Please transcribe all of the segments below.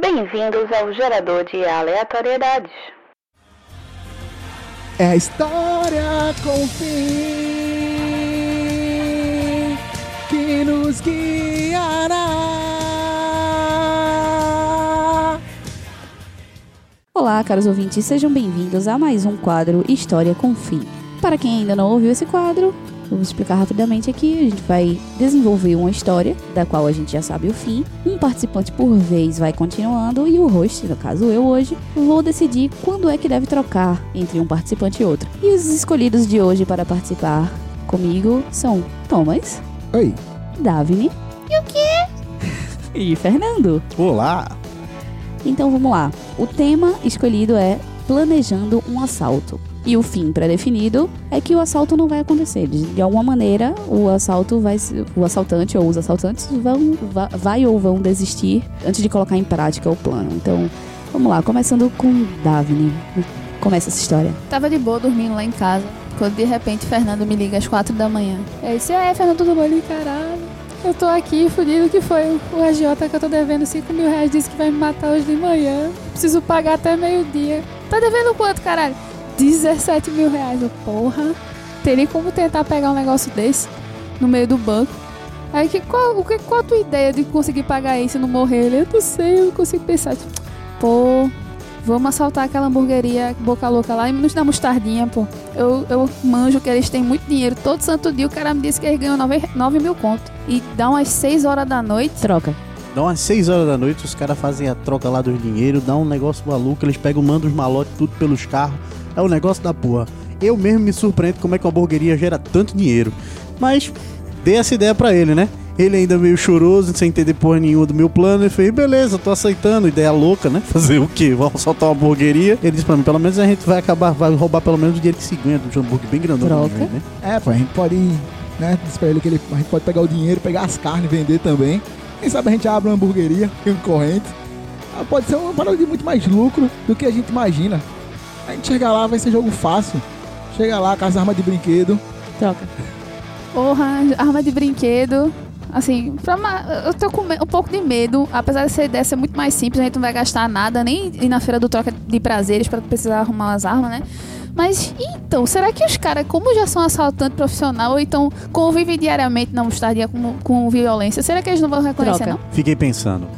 Bem-vindos ao gerador de aleatoriedades. É história com fim que nos guiará. Olá, caros ouvintes, sejam bem-vindos a mais um quadro História com Fim. Para quem ainda não ouviu esse quadro, eu vou explicar rapidamente aqui. A gente vai desenvolver uma história da qual a gente já sabe o fim. Um participante por vez vai continuando e o host, no caso eu hoje, vou decidir quando é que deve trocar entre um participante e outro. E os escolhidos de hoje para participar comigo são Thomas, Oi. Davine e o quê? e Fernando. Olá. Então vamos lá. O tema escolhido é planejando um assalto. E o fim pré-definido é que o assalto não vai acontecer. De de alguma maneira, o assalto vai se- o assaltante ou os assaltantes vão va- vai ou vão desistir antes de colocar em prática o plano. Então, vamos lá, começando com Davine. Começa essa história. Tava de boa dormindo lá em casa, quando de repente Fernando me liga às quatro da manhã. Eu disse, é, Fernando, tudo bom? Ele, caralho, eu tô aqui fudido que foi o agiota que eu tô devendo 5 mil reais, disse que vai me matar hoje de manhã. Preciso pagar até meio-dia. Tá devendo quanto, caralho? 17 mil reais, eu, porra. Teria como tentar pegar um negócio desse no meio do banco. Aí, que, qual, o que, qual a tua ideia de conseguir pagar isso e não morrer? Ele, eu não sei, eu não consigo pensar. Eu, Pô, Vamos assaltar aquela hamburgueria boca louca lá e nos dá mostardinha, pô. Eu, eu manjo que eles têm muito dinheiro. Todo santo dia o cara me disse que eles ganham 9, mil conto. E dá umas 6 horas da noite. Troca. Dá umas 6 horas da noite, os caras fazem a troca lá dos dinheiro, dá um negócio maluco, eles pegam, mandam os malotes tudo pelos carros. É um negócio da porra. Eu mesmo me surpreendo como é que uma hamburgueria gera tanto dinheiro. Mas dei essa ideia pra ele, né? Ele ainda meio choroso, sem entender porra nenhuma do meu plano, ele fez, beleza, tô aceitando, ideia louca, né? Fazer o quê? Vamos soltar uma hamburgueria. Ele disse pra mim, pelo menos a gente vai acabar, vai roubar pelo menos o dinheiro que se ganha do hambúrguer bem grandão. Troca. que a gente vende, né? É, pô, a gente pode, né, diz pra ele que ele, a gente pode pegar o dinheiro, pegar as carnes e vender também. Quem sabe a gente abre uma hamburgueria concorrente. Ah, Pode ser uma parada de muito mais lucro do que a gente imagina. A gente chega lá, vai ser jogo fácil. Chega lá, com as armas de brinquedo. Troca. Porra, arma de brinquedo. Assim, pra ma- eu tô com me- um pouco de medo. Apesar dessa ideia ser muito mais simples, a gente não vai gastar nada, nem ir na feira do troca de prazeres pra precisar arrumar as armas, né? Mas então, será que os caras, como já são assaltante profissional, ou então convivem diariamente na mostardia com, com violência, será que eles não vão reconhecer, Troca. não? Fiquei pensando.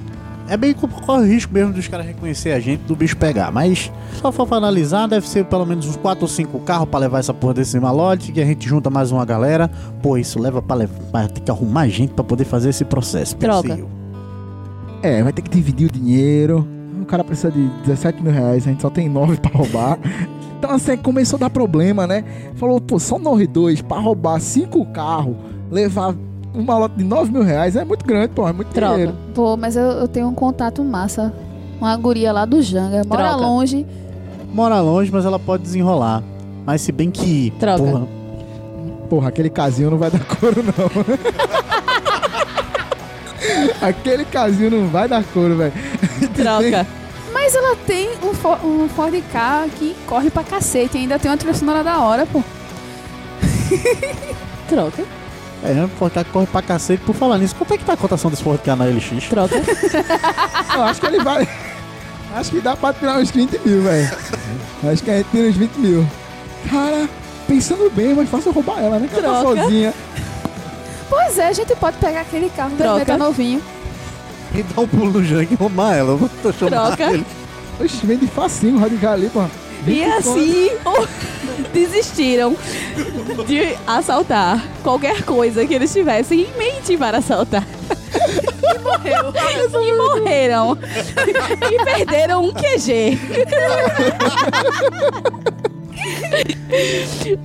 É bem que corre o risco mesmo dos caras reconhecer a gente, do bicho pegar. Mas, só for pra analisar, deve ser pelo menos uns 4 ou 5 carros pra levar essa porra desse malote, que a gente junta mais uma galera. Pô, isso leva pra, lev- pra ter que arrumar gente pra poder fazer esse processo. pensei Troca. eu. É, vai ter que dividir o dinheiro. O cara precisa de 17 mil reais, a gente só tem 9 pra roubar. Então assim, começou a dar problema, né? Falou, pô, só nós dois pra roubar cinco carros, levar um malote de 9 mil reais é muito grande, pô, é muito Troca. dinheiro. Pô, mas eu, eu tenho um contato massa. Uma guria lá do Janga, mora Troca. longe. Mora longe, mas ela pode desenrolar. Mas se bem que. Troca. Porra, Porra, aquele casinho não vai dar couro, não. aquele casinho não vai dar couro, velho. Troca. Mas ela tem um, Fo- um Ford K que corre pra cacete. Ainda tem uma trilha sonora da hora, pô. Troca. é, o Forcar corre pra cacete por falar nisso. Quanto é que tá a cotação desse Forcar na LX? Troca. Eu acho que ele vai. Acho que dá pra tirar uns 20 mil, velho. Acho que a gente tira uns 20 mil. Cara, pensando bem, mas fácil roubar ela, né? Que ela tá Troca. sozinha. Pois é, a gente pode pegar aquele carro Troca. que tá novinho. E dá um pulo no Jang e arrumar ela. Eu tô chamando Troca. ele. Oxe, vende facinho o radical ali, pô. E assim desistiram de assaltar qualquer coisa que eles tivessem em mente para assaltar. E, morreu. e morreram. e perderam um QG.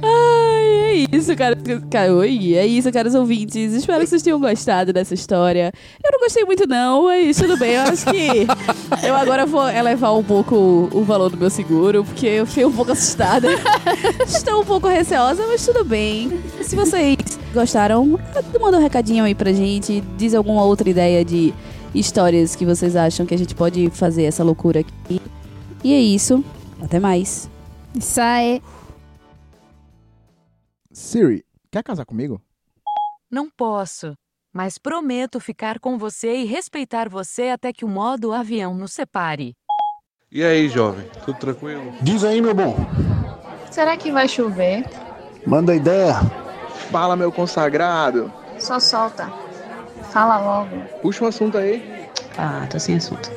Ai, é isso, cara. Cara, Oi, é isso, caros ouvintes. Espero que vocês tenham gostado dessa história. Eu não gostei muito, não, mas tudo bem. Eu acho que eu agora vou elevar um pouco o valor do meu seguro, porque eu fiquei um pouco assustada. Estou um pouco receosa, mas tudo bem. Se vocês gostaram, manda um recadinho aí pra gente. Diz alguma outra ideia de histórias que vocês acham que a gente pode fazer essa loucura aqui. E é isso. Até mais. Isso aí. Siri, quer casar comigo? Não posso, mas prometo ficar com você e respeitar você até que o modo avião nos separe. E aí, jovem? Tudo tranquilo? Diz aí, meu bom. Será que vai chover? Manda ideia. Fala, meu consagrado. Só solta. Fala logo. Puxa um assunto aí. Ah, tô sem assunto.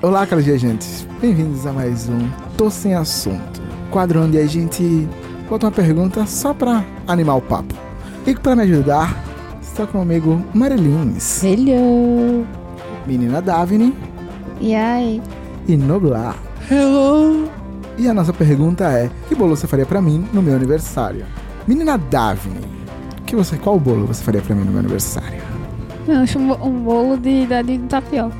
Olá, caros viajantes. Bem-vindos a mais um Tô Sem Assunto. Quadro onde a gente bota uma pergunta só pra animar o papo. E pra me ajudar, está comigo Marilins, Hello. menina Davine E aí? e Noblar. Hello. E a nossa pergunta é: que bolo você faria pra mim no meu aniversário? Menina Davine, que você, qual bolo você faria pra mim no meu aniversário? Não, acho um, bo- um bolo de, da- de tapioca.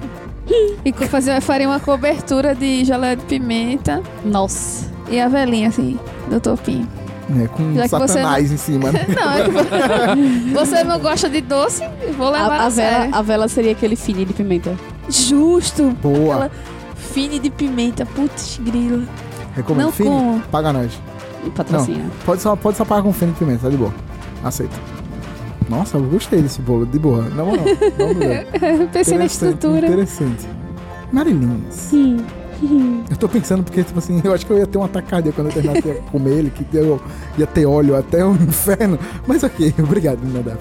E co- fazer, faria uma cobertura de geleia de pimenta Nossa. e a velhinha, assim, do topinho. Né, com Já que você satanás em cima. né? Não, é que você não gosta de doce? Eu Vou levar A, a a sério. vela, a vela seria aquele fininho de pimenta. Justo. Boa. Ela- Fine de pimenta, putz, grila. Recomendo. não Fini, com- paga nós. Patrocina. Pode só, pode só pagar com feno de pimenta, tá de boa. Aceita. Nossa, eu gostei desse bolo, de boa. Na moral. vamos ver. Eu pensei Interessante, na é estrutura. Interessante. Marilins. Sim. Eu tô pensando porque, tipo assim, eu acho que eu ia ter uma tacardia quando eu terminasse de comer ele, que eu ia ter óleo até o inferno. Mas ok, obrigado, meu Deus.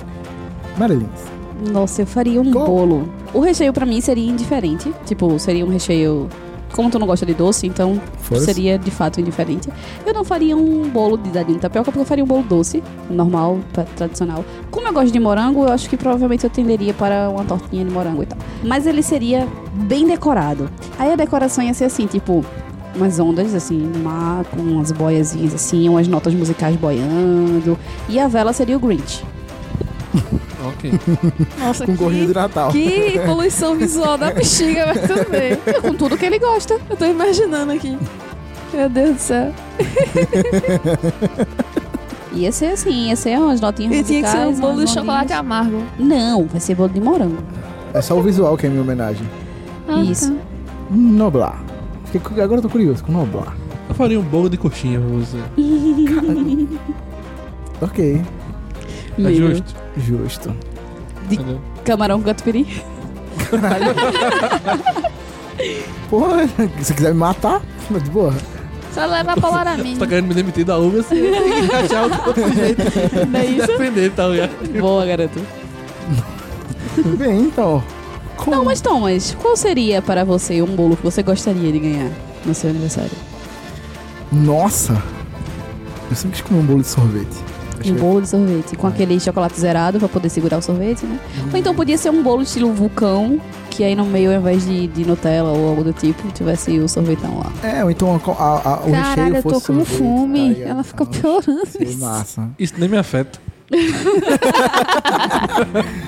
Marilins. Nossa, eu faria um Qual? bolo. O recheio pra mim seria indiferente. Tipo, seria um recheio. Como tu não gosta de doce, então Força. seria de fato indiferente. Eu não faria um bolo de dadinho de tapioca, porque eu faria um bolo doce, normal, pra- tradicional. Como eu gosto de morango, eu acho que provavelmente eu tenderia para uma tortinha de morango e tal. Mas ele seria bem decorado. Aí a decoração ia ser assim, tipo, umas ondas assim, no mar, com umas boiazinhas assim, umas notas musicais boiando. E a vela seria o Grinch. Ok. Nossa, Com gorrinho de que, Natal. que poluição visual da bexiga, mas tudo bem. Com tudo que ele gosta. Eu tô imaginando aqui. Meu Deus do céu. Ia ser assim, ia ser umas notinhas E musicais. tinha que ser um bolo umas de chocolate bolinhas. amargo. Não, vai ser bolo de morango. É só o visual que é minha homenagem. tá. Isso. Noblar. Fiquei cu- Agora eu tô curioso com Noblar. Eu faria um bolo de coxinha pra você. Ok, É Meu. justo? justo. Entendeu? Camarão com catupiry. Porra, se você quiser me matar, mas de boa. Só leva a Você Polaramine. tá querendo me demitir da Uber, você tem que achar um outro jeito Não é de isso? defender, tá ligado? Boa, garoto. Tudo bem, então. Como? Não, mas Thomas, qual seria para você um bolo que você gostaria de ganhar no seu aniversário? Nossa! Eu sempre quis comer um bolo de sorvete. Acho Um que- bolo de sorvete, com aquele chocolate zerado pra poder segurar o sorvete, né? Ou então podia ser um bolo estilo vulcão, que aí no meio, ao invés de, de Nutella ou algo do tipo, tivesse o sorvetão lá. É, ou então a, a- a- o recheio Caralho, eu fosse tô com sorvete, fome. tá ligado? Ela fica Nossa, piorando. que massa. Isso nem me afeta.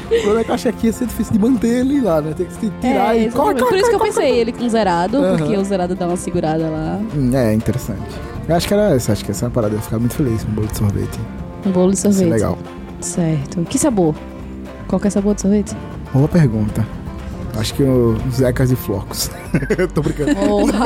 O problema é que eu achei que ia ser difícil de manter ele lá, né? Tem que se tirar É, e... Corre, exatamente. Por corre, isso que eu corre, pensei ele com zerado, Aham. porque o zerado dá uma segurada lá. corre. Hum, É, interessante. Eu acho que era essa, acho que essa é uma parada. Eu ia ficar muito feliz com um bolo de sorvete. Um bolo de Isso é sorvete. legal. Certo. Que sabor? Qual que é o sabor de sorvete? Boa pergunta. Acho que o Zecas e Flocos. eu tô brincando. Porra!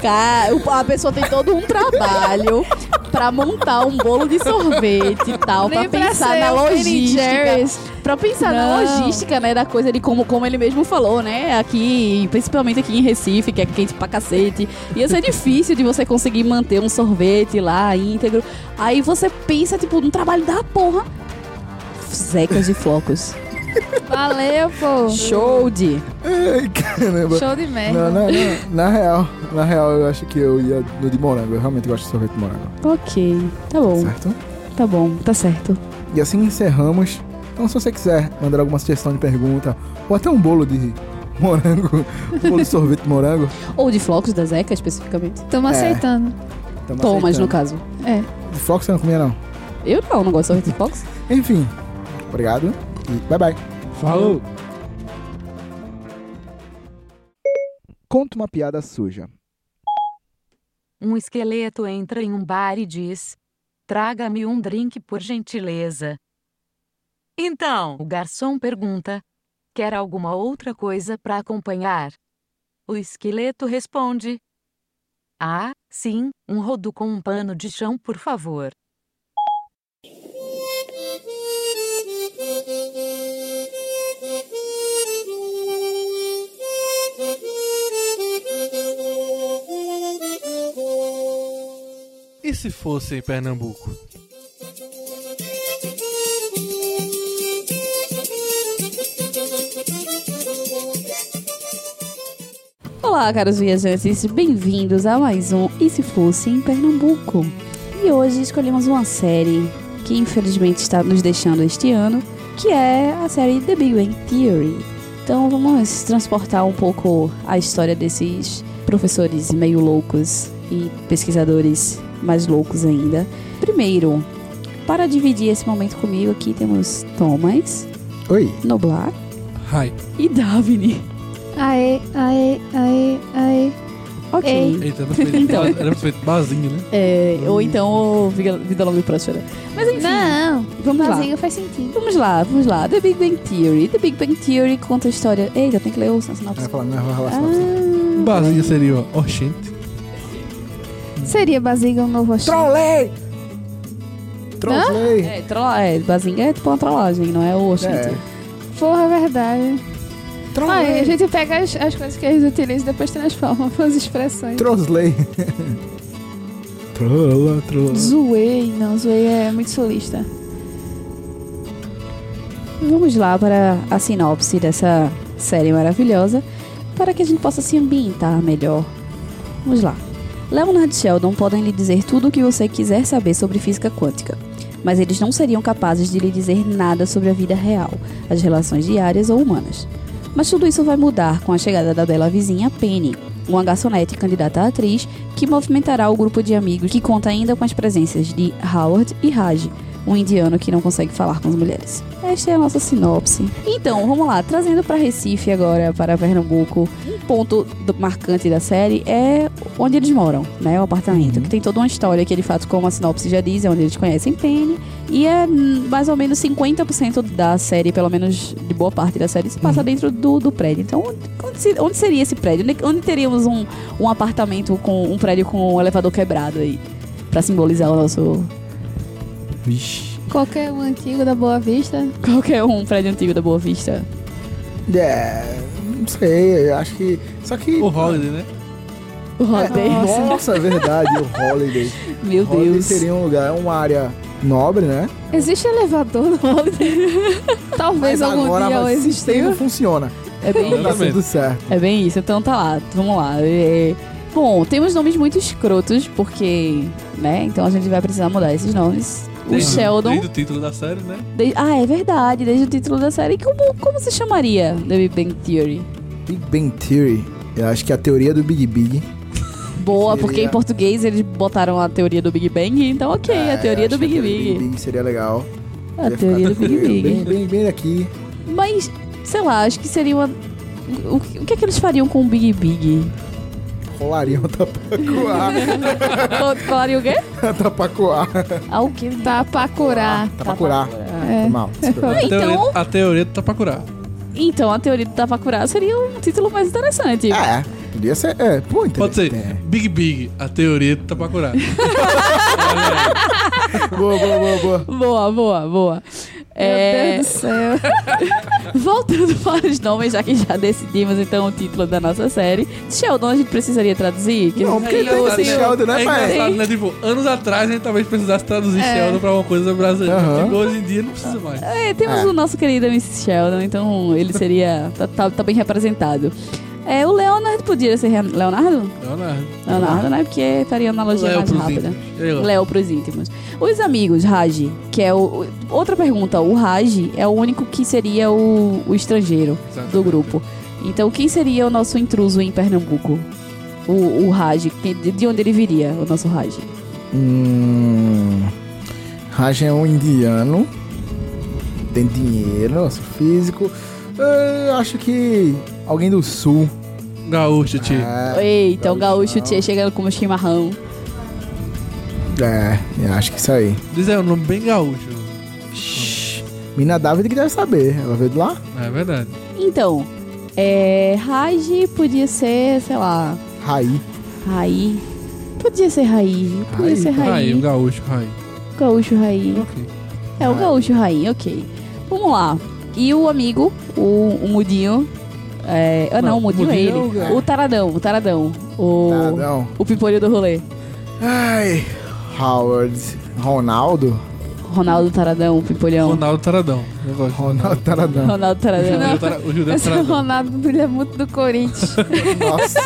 Cara, o- a pessoa tem todo um trabalho pra montar um bolo de sorvete e tal, Nem pra pra pensar ser na o Ben logística. Jerry's. Pra pensar na Não. logística, né, da coisa de como, como ele mesmo falou, né, aqui, principalmente aqui em Recife, que é quente pra cacete, ia ser difícil de você conseguir manter um sorvete lá íntegro. Aí você pensa, tipo, num trabalho da porra. Zecas de flocos. Valeu, pô. Show de... Ai, caramba. Show de né? Não, merda. não, não. Na real, na real, eu acho que eu ia no de morango. Eu realmente gosto de sorvete de morango, Ok, tá bom, certo? tá bom, tá certo. E assim encerramos. Então, se você quiser mandar alguma sugestão de pergunta, ou até um bolo de morango, um bolo de sorvete de morango, Ou de flocos da Zeca, especificamente. É. Tamo aceitando. É. tamo Thomas, aceitando. no caso. De flocos você não comia, não. Eu não, não gosto de sorvete de flocos. Enfim, obrigado e bye bye. Falou! Conta uma piada suja. Um esqueleto entra em um bar e diz: Traga-me um drink, por gentileza. Então, o garçom pergunta: Quer alguma outra coisa para acompanhar? O esqueleto responde: Ah, sim, um rodo com um pano de chão, por favor. se fosse em Pernambuco? Olá, caros viajantes, bem-vindos a mais um E Se Fosse em Pernambuco. E hoje escolhemos uma série que infelizmente está nos deixando este ano, que é a série The Big Bang Theory. Então vamos transportar um pouco a história desses professores meio loucos e pesquisadores mais loucos ainda. Primeiro, para dividir esse momento comigo, aqui temos Thomas, Oi. Noblar Ai, e Davine. Aê, aê, aê, aê. Ok. Ei. eita, era pra ter feito, Então. era pra ter feito bazinho, né? É, ou então o Vida Vida Longa e Próspera. Mas enfim, Não, vamos lá. vazio faz sentido. Vamos lá, vamos lá. The Big Bang Theory. The Big Bang Theory conta a história. Eita, tem que ler o sinopse. Vai falar, não, é vai falar sinopse. Ah, Bazinho seria, ó, oxente. Seria Basiga um novo Oxi? Trollei! Trollei! é, trola, é, bazinga é tipo uma trollagem, não é o Oxente. Porra, é verdade. Aí a Trollei! gente pega as, as coisas que eles utilizam e depois transforma as expressões. Trollei! Trola, trola. Zoei, não, zoei é muito solista. Vamos lá para a sinopse dessa série maravilhosa, para que a gente possa se ambientar melhor. Vamos lá. Leonard e Sheldon podem lhe dizer tudo o que você quiser saber sobre física quântica, mas eles não seriam capazes de lhe dizer nada sobre a vida real, as relações diárias ou humanas. Mas tudo isso vai mudar com a chegada da bela vizinha Penny, uma garçonete candidata a atriz que movimentará o grupo de amigos que conta ainda com as presenças de Howard e Raj, um indiano que não consegue falar com as mulheres. Esta é a nossa sinopse. Então, vamos lá, trazendo para Recife agora, para Pernambuco, um ponto do- marcante da série é onde eles moram, né? O apartamento, que tem toda uma história que, de fato, como a sinopse já diz, é onde eles conhecem Penny. E é hum, mais ou menos 50% da série, pelo menos de boa parte da série, se passa dentro do, do prédio. Então, onde- onde, se- onde seria esse prédio? Onde, onde teríamos um, um apartamento com um prédio com um elevador quebrado aí? Pra simbolizar o nosso. Vixe. Qualquer um antigo da Boa Vista. Qualquer um prédio antigo da Boa Vista. É, não sei, eu acho que. Só que. O Holiday, né? O Holiday. Nossa, é verdade, o Holiday. Meu Holiday Deus. seria um lugar, uma área nobre, né? Existe elevador no Holiday? Talvez algum dia eu o existiu. Uhum. sistema funciona. É bem Tá Exatamente. tudo certo. É bem isso, então tá lá, vamos lá. É, Bom, temos nomes muito escrotos, porque, né, então a gente vai precisar mudar esses nomes. O Desde- Sheldon. Desde o título da série, né? de- Ah, é verdade, desde o título da série. Como, como se chamaria The Big Bang Theory? Big Bang Theory. Eu acho que é a teoria do Big Big. Boa, Seria- porque em português eles botaram a teoria do Big Bang, então ok, É, a teoria acho do que Big a teoria do Big. Big Big seria legal. A Ia teoria do ficar Big tranquilo. Bem, Big. bem, bem aqui. Mas, sei lá, acho que seria uma. O que, o que é que eles fariam com o Big Big? Rolariam Tapacuá. Fal- Falariam o quê? Tapacuá. Ah, o quê? Tá pra curar. Tapacuá. É. Foi mal. desculpa. A Então- teoria, a teoria tá pra curar. Então a teoria do Tapacurá seria um título mais interessante. É, podia ser. É, pô, Pode ser. interessante. Big Big, a teoria tá pra curar. Boa, boa, boa, boa. Boa, boa, boa. Meu É, Deus do céu. voltando para os nomes, já que já decidimos então o título da nossa série. Sheldon a gente precisaria traduzir? Que Não, a gente- porque tem Engraçado, esse Sheldon, né, É pai? engraçado, né? Tipo, anos atrás a gente talvez precisasse traduzir Sheldon pra uma coisa brasileira. Aham. Tipo, hoje em dia não precisa mais. É, temos É. o nosso querido Mrs. Sheldon, então ele seria. tá, tá- tá bem representado. É, o Leonard poderia ser Re- Leonardo? Leonardo. Leonardo, né? Porque faria analogia Léo mais pros rápida. íntimos. Ei, Léo. Léo pros íntimos. Os amigos, Raj, que é o. o- Outra pergunta, o Raj é o único que seria o, o estrangeiro Exatamente. do grupo. Então, quem seria o nosso intruso em Pernambuco? O, o Raj, que- de, de onde ele viria, o nosso Raj? Hum. Raj é um indiano. Tem dinheiro, nosso físico. Eu acho que alguém do sul. Gaúcho, tio. É, Eita, o gaúcho gaúchão. tia chegando com o chimarrão. é, eu acho que isso aí. Diz aí um nome bem gaúcho. Mina David que deve saber. Ela veio de lá? É verdade. Então, é, Raj podia ser, sei lá, Raí. Raí. Podia ser Raí, podia Raí, ser Raí, Raí. né? um gaúcho, Raí. Gaúcho Raí. Ok. É, o gaúcho rainha, ok. Vamos lá. E o amigo, o, o mudinho. É, ah, não, Não, o mudinho, Mudinho é o é ele. gato. o taradão, o taradão. O, Tá, não. o pipolho do rolê. Ai. Howard, Ronaldo. Ronaldo Taradão, Pimpolhão. Ronaldo, Ronaldo Taradão. Eu gosto. Ronaldo Taradão. Taradão. Judeu Tara- O judeu Esse é Taradão. Ronaldo brilha muito do Corinthians. Nossa.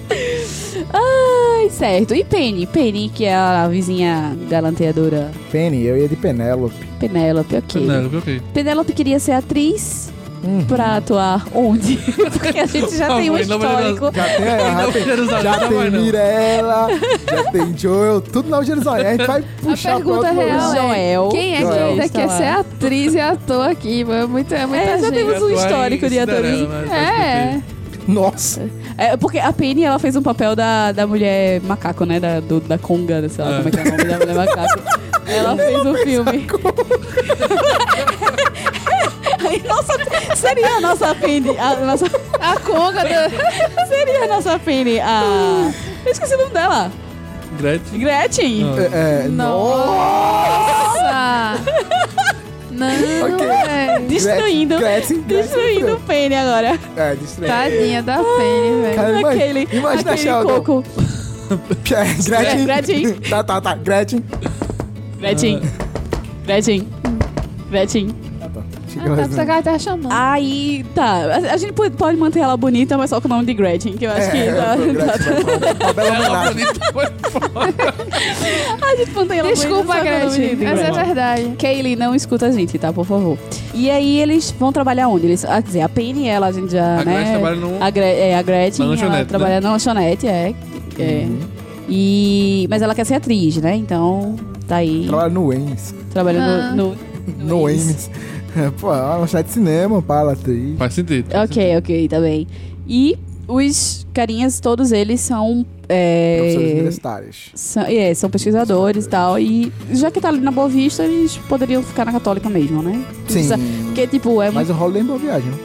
Ai, certo. E Penny? Penny, que é a vizinha galanteadora Penny, eu ia de Penélope. Penélope, ok. Penélope, ok. Penélope queria ser atriz Hum. pra atuar onde? Porque a gente já Por tem um favor, não vai histórico. dar- Já tem, já Não, tem, Jerusalém já não tem vai, não. Mirella, já tem Joel, tudo na Jerusalém. A gente vai puxar pra pergunta outro real lugar. Joel. Quem é que Joel. ainda Está quer lá. ser atriz e ator aqui? mano? É muito, é muita É, já gente. teve- Temos um Atuar em histórico de Cinderela, atorismo. né? É. Nossa. É, porque a Penny, ela fez um papel da, da mulher macaco, né? Da, do- da Conga, sei lá É. como é que é o nome da mulher macaco. Ela fez um filme. Aí, nossa, seria a nossa Penny. A nossa... A Conga do... Seria a nossa Penny. A... Eu esqueci o nome dela. Gretchen. Gretchen. Não. É, é, Nossa! Não, é. Ok. velho. Destruindo. Gretchen, Gretchen, Destruindo o Penny agora. É, destruindo. Tadinha da Penny, velho. Cara, imagina- Aquele, imagina aquele Sheldon. coco. É, Gretchen. Gretchen. Tá, tá, tá. Gretchen. Gretchen. Gretchen. Gretchen. Chega Ah, lá, tá, essa né? cara tá chamando. Aí, tá. A, a gente pode, pode manter ela bonita, mas só com o nome de Gretchen, que eu acho que. tá- pô, Gretchen, vai tá- pra uma bela Ela homenagem. bonita foi fora. a gente mantém ela Desculpa, bonita. só com o nome de Gretchen. Essa é Gretchen. verdade. Kaylee, não escuta a gente, tá? Por favor. E aí eles vão trabalhar onde? Eles, ah, quer dizer, a Penny, ela, a gente já. A né? Gretchen trabalha num- A, Gre é, a Gretchen, Na lanchonete, ela né? trabalha na lanchonete, é. é. E... Mas ela quer ser atriz, né? Então, tá aí. Trabalha no Ames. Trabalhando Ah. no, No Ames. Pô, é uma chá de cinema, um para atriz. Faz sentido. faz Ok, ok, tá bem. E os carinhas, todos eles são. Professores É, universitários. são, é, são pesquisadores e tal. E já que tá ali na Boa Vista, eles poderiam ficar na Católica mesmo, né? Sim. Precisa- Porque, tipo, é. Mas o rolo lembra a viagem. né?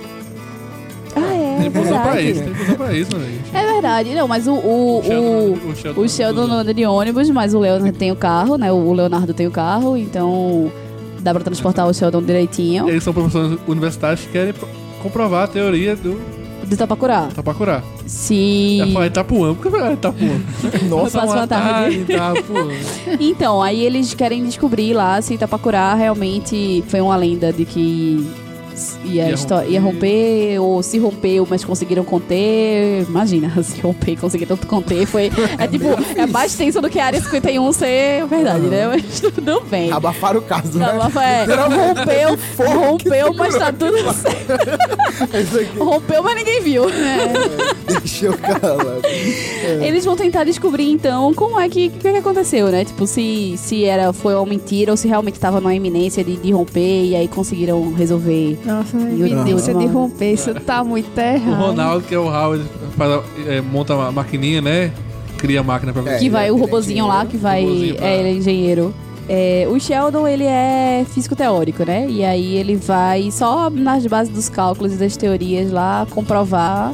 Ah, é, é Tem função pra isso, verdade. tem função pra isso, meu amigo. É verdade. Não, mas o. O, o, Sheldon- Sheldon- o Sheldon não anda de ônibus, mas o Leonardo tem o carro, né? O Leonardo tem o carro, então. Dá pra transportar o Sheldon direitinho. Eles são professores universitários que querem pro- comprovar a teoria do De Tapacurá. Tapacurá. Se. Ela fala tá Itapuã. Por que ela fala Itapuã? Nossa, Passa uma tarde. em Itapuã. Então, aí eles querem descobrir lá se Itapacurá realmente foi uma lenda de que s- ia, Ia histó- ia romper. ou se rompeu, mas conseguiram conter. Imagina, se romper e conseguiram conter. Foi, é tipo, é mais tenso do que a Área 51 ser verdade, né? Mas tudo bem. Abafaram o caso, Não, né? mas foi- é, rompeu, rompeu, mas tá tudo certo. Isso aqui Rompeu, mas ninguém viu. deixou calado. Eles vão tentar descobrir então como é que, que, que aconteceu, né? Tipo, se, se era, foi uma mentira ou se realmente tava numa iminência de, de romper e aí conseguiram resolver. Nossa, Meu me Deus, deixa de mano. romper. Isso tá muito errado. O Ronaldo, que é o Howard, faz a- é, monta a maquininha, né? Cria a máquina pra É. que vai ele o é robozinho lá, que vai. Robozinho pra- É, ele é engenheiro. É, o Sheldon, ele é físico teórico, né? E aí ele vai só nas bases dos cálculos e das teorias lá comprovar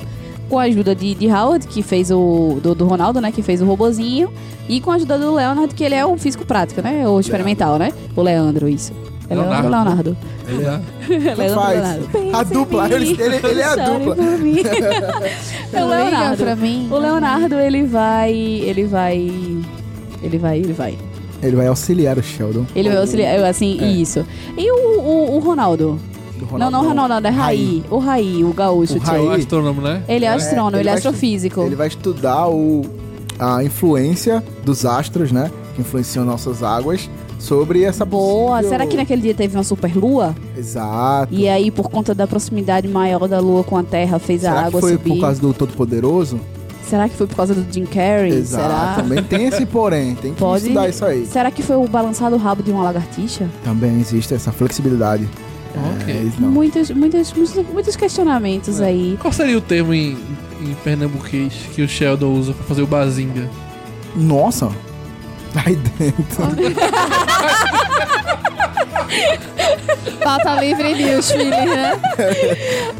com a ajuda de, de Howard, que fez o. Do, do Ronaldo, né? Que fez o robozinho. E com a ajuda do Leonard, que ele é um físico prático, né? Ou experimental, né? O Leandro, isso. É Leandro ou Leonardo? Ele dá. É Leandro ou faz. Leonardo? A dupla, ele, ele- ele é a Chore dupla. por mim. é o Liga Leonardo. pra mim. O Leonardo, ele vai. Ele vai. Ele vai, ele vai. Ele vai auxiliar o Sheldon. Ele vai auxiliar, eu, assim, É. isso. E o, o, o Ronaldo? Do Não, não, o Ronaldo, é Raí. O Raí, o gaúcho. O tio. É o Aí- astrônomo, né? Ele é É, astrônomo, ele ele é vai- astrofísico. Ele vai estudar o, a influência dos astros, né? Que influenciam nossas águas. Sobre essa Boa, possível- será que naquele dia teve uma super lua? Exato. E aí, por conta da proximidade maior da lua com a Terra, fez será a que água foi subir? por causa do Todo-Poderoso? Será que foi por causa do Jim Carrey? Exato. Será? Também tem esse porém. Tem que Pode- estudar isso aí. Será que foi o balançar do rabo de uma lagartixa? Também existe essa flexibilidade. É, Ok. isso não. é. Muitos, muitos, muitos, muitos questionamentos aí. Qual seria o termo em, em pernambuquês que o Sheldon usa pra fazer o bazinga? Nossa! Aí dentro. Pauta tá livre news, filho, né?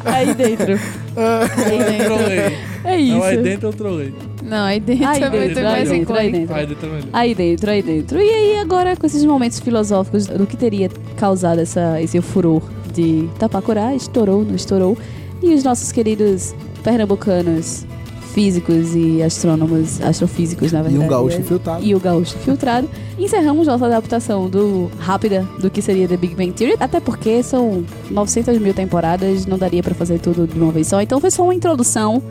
Aí dentro. Aí dentro. Trolei. É Não, aí isso. dentro eu trolei. Não, aí dentro Aí é muito dentro, aí mais dentro, aí icônico. dentro. Aí dentro é melhor. Aí dentro, aí dentro. E aí, agora, com esses momentos filosóficos do que teria causado essa, esse furor de Tapacurá, estourou, não estourou. E os nossos queridos pernambucanos físicos e astrônomos, astrofísicos, na E verdade. um gaúcho né? infiltrado. e o gaúcho filtrado. Encerramos nossa adaptação do rápida do que seria The Big Bang Theory, até porque são 900 mil temporadas, não daria pra fazer tudo de uma vez só. Então foi só uma introdução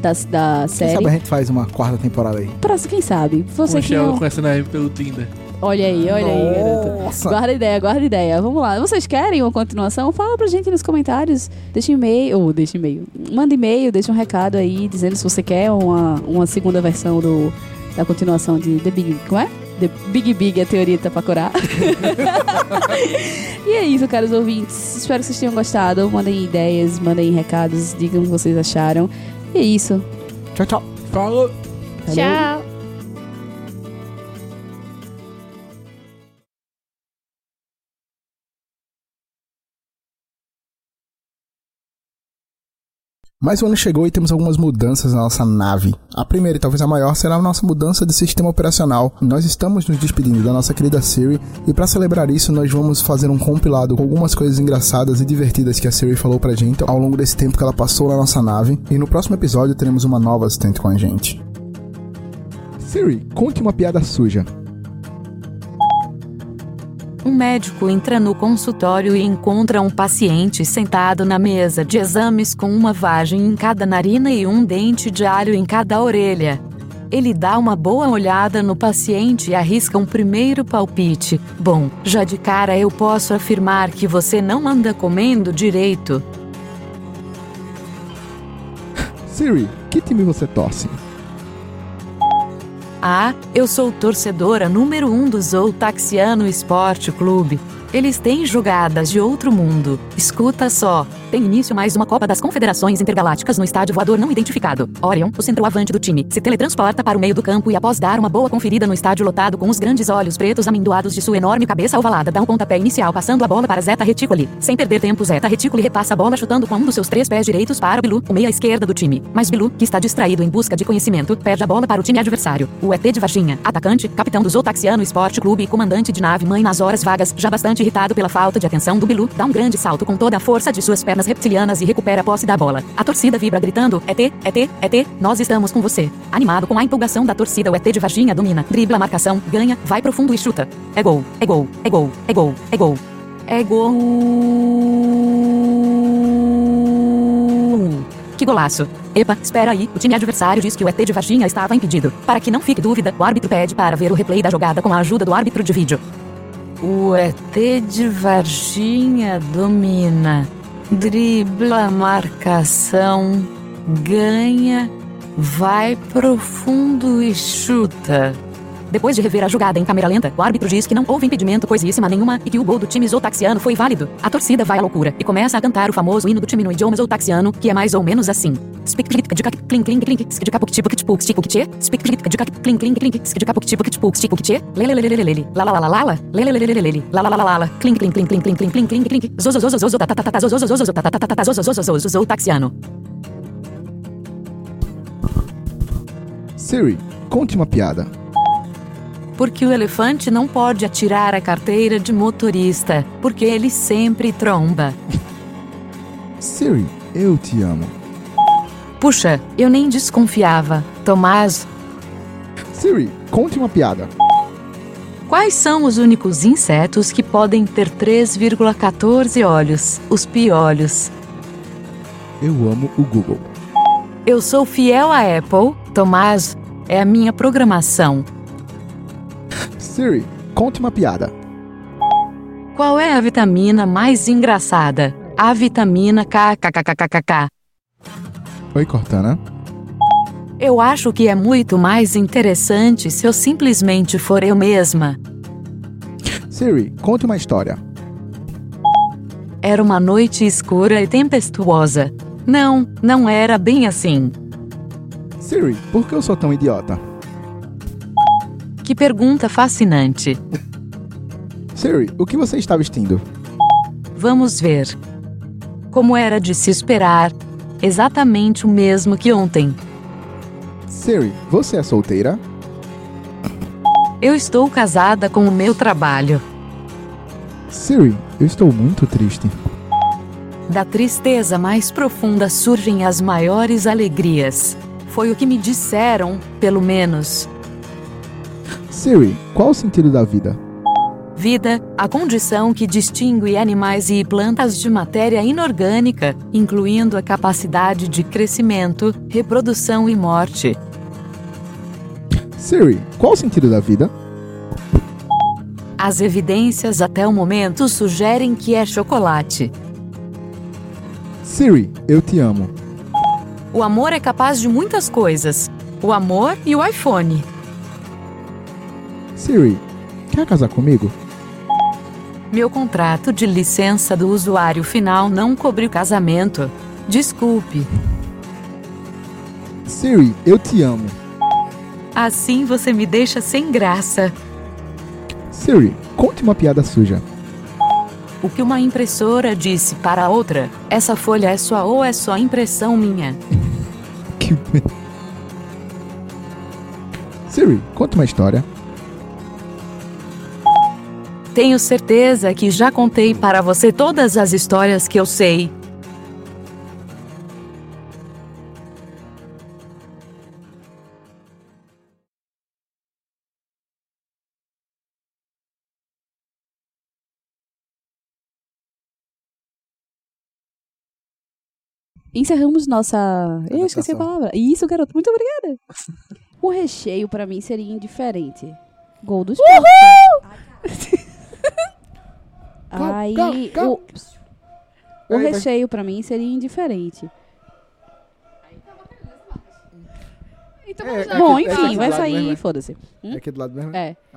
da, da Quem sabe a série. gente faz uma quarta temporada aí. Pra quem sabe? Você que Poxa, ela não... conhecendo a M pelo Tinder. Olha aí, olha aí, garota. Nossa. Guarda a ideia, guarda a ideia. Vamos lá. Vocês querem uma continuação? Fala pra gente nos comentários. Deixa e-mail, ou deixa e-mail. Manda e-mail, deixa um recado aí dizendo se você quer uma, uma segunda versão do, da continuação de The Big. Como é? The Big Big, a teoria tá pra curar. e é isso, caros ouvintes. Espero que vocês tenham gostado. Mandem ideias, mandem recados, digam o que vocês acharam. E é isso. Tchau, tchau. Falou! Valeu. Tchau. Mas o ano chegou e temos algumas mudanças na nossa nave. A primeira e talvez a maior será a nossa mudança de sistema operacional. Nós estamos nos despedindo da nossa querida Siri e para celebrar isso nós vamos fazer um compilado com algumas coisas engraçadas e divertidas que a Siri falou pra gente ao longo desse tempo que ela passou na nossa nave. E no próximo episódio teremos uma nova assistente com a gente. Siri, conte uma piada suja. Um médico entra no consultório e encontra um paciente sentado na mesa de exames com uma vagem em cada narina e um dente de alho em cada orelha. Ele dá uma boa olhada no paciente e arrisca um primeiro palpite. Bom, já de cara eu posso afirmar que você não anda comendo direito. Siri, que time você torce? Ah, eu sou torcedora número um do Zoltaxiano Esporte Clube. Eles têm jogadas de outro mundo. Escuta só. Tem início mais uma Copa das Confederações Intergalácticas no estádio voador não identificado. Orion, o centroavante do time, se teletransporta para o meio do campo e após dar uma boa conferida no estádio lotado com os grandes olhos pretos amendoados de sua enorme cabeça ovalada, dá um pontapé inicial passando a bola para Zeta Reticuli. Sem perder tempo, Zeta Reticuli repassa a bola chutando com um dos seus três pés direitos para Bilu, o meia esquerda do time. Mas Bilu, que está distraído em busca de conhecimento, perde a bola para o time adversário. O ET de Varginha, atacante, capitão do Zotaxiano Esporte Clube e comandante de nave mãe nas horas vagas, já bastante irritado pela falta de atenção do Bilu, dá um grande salto com toda a força de suas pernas reptilianas e recupera a posse da bola. A torcida vibra gritando: ET, ET, ET, nós estamos com você. Animado com a empolgação da torcida, o ET de Varginha domina, dribla a marcação, ganha, vai profundo e chuta. É gol, é gol, é gol, é gol, é gol. É gol! Que golaço! Epa, espera aí, o time adversário diz que o ET de Varginha estava impedido. Para que não fique dúvida, o árbitro pede para ver o replay da jogada com a ajuda do árbitro de vídeo. O ET de Varginha domina, dribla a marcação, ganha, vai profundo e chuta. Depois de rever a jogada em câmera lenta, o árbitro diz que não houve impedimento coisíssima nenhuma e que o gol do time zotaxiano foi válido. A torcida vai à loucura e começa a cantar o famoso hino do time no idioma zotaxiano, que é mais ou menos assim. Zotaxiano. Siri, conte uma piada. Porque o elefante não pode atirar a carteira de motorista, porque ele sempre tromba. Siri, eu te amo. Puxa, eu nem desconfiava. Tomás, Siri, conte uma piada. quais são os únicos insetos que podem ter 3,14 olhos? Os piolhos. Eu amo o Google. Eu sou fiel à Apple, Tomás. É a minha programação. Siri, conte uma piada. Qual é a vitamina mais engraçada? A vitamina KKKKKK. Oi, Cortana. Eu acho que é muito mais interessante se eu simplesmente for eu mesma. Siri, conte uma história. Era uma noite escura e tempestuosa. Não, não era bem assim. Siri, por que eu sou tão idiota? Que pergunta fascinante. Siri, o que você está vestindo? Vamos ver. Como era de se esperar. Exatamente o mesmo que ontem. Siri, você é solteira? Eu estou casada com o meu trabalho. Siri, eu estou muito triste. Da tristeza mais profunda surgem as maiores alegrias. Foi o que me disseram, pelo menos. Siri, qual o sentido da vida? Vida, a condição que distingue animais e plantas de matéria inorgânica, incluindo a capacidade de crescimento, reprodução e morte. Siri, qual o sentido da vida? As evidências até o momento sugerem que é chocolate. Siri, eu te amo. O amor é capaz de muitas coisas: o amor e o iPhone. Siri, quer casar comigo? Meu contrato de licença do usuário final não cobriu casamento. Desculpe. Siri, eu te amo. Assim você me deixa sem graça. Siri, conte uma piada suja. O que uma impressora disse para a outra: essa folha é sua ou é só impressão minha? Que... merda. Siri, conte uma história. Tenho certeza que já contei para você todas as histórias que eu sei. Encerramos nossa. Eu esqueci a palavra. Isso, garoto. Muito obrigada. O recheio pra mim seria indiferente. Gol dos Uhul! Aí, o, o recheio pra mim seria indiferente. Então vamos Bom, lá. lado enfim, vai mesmo, Então É. sair, né? foda-se. É aqui do lado mesmo? É.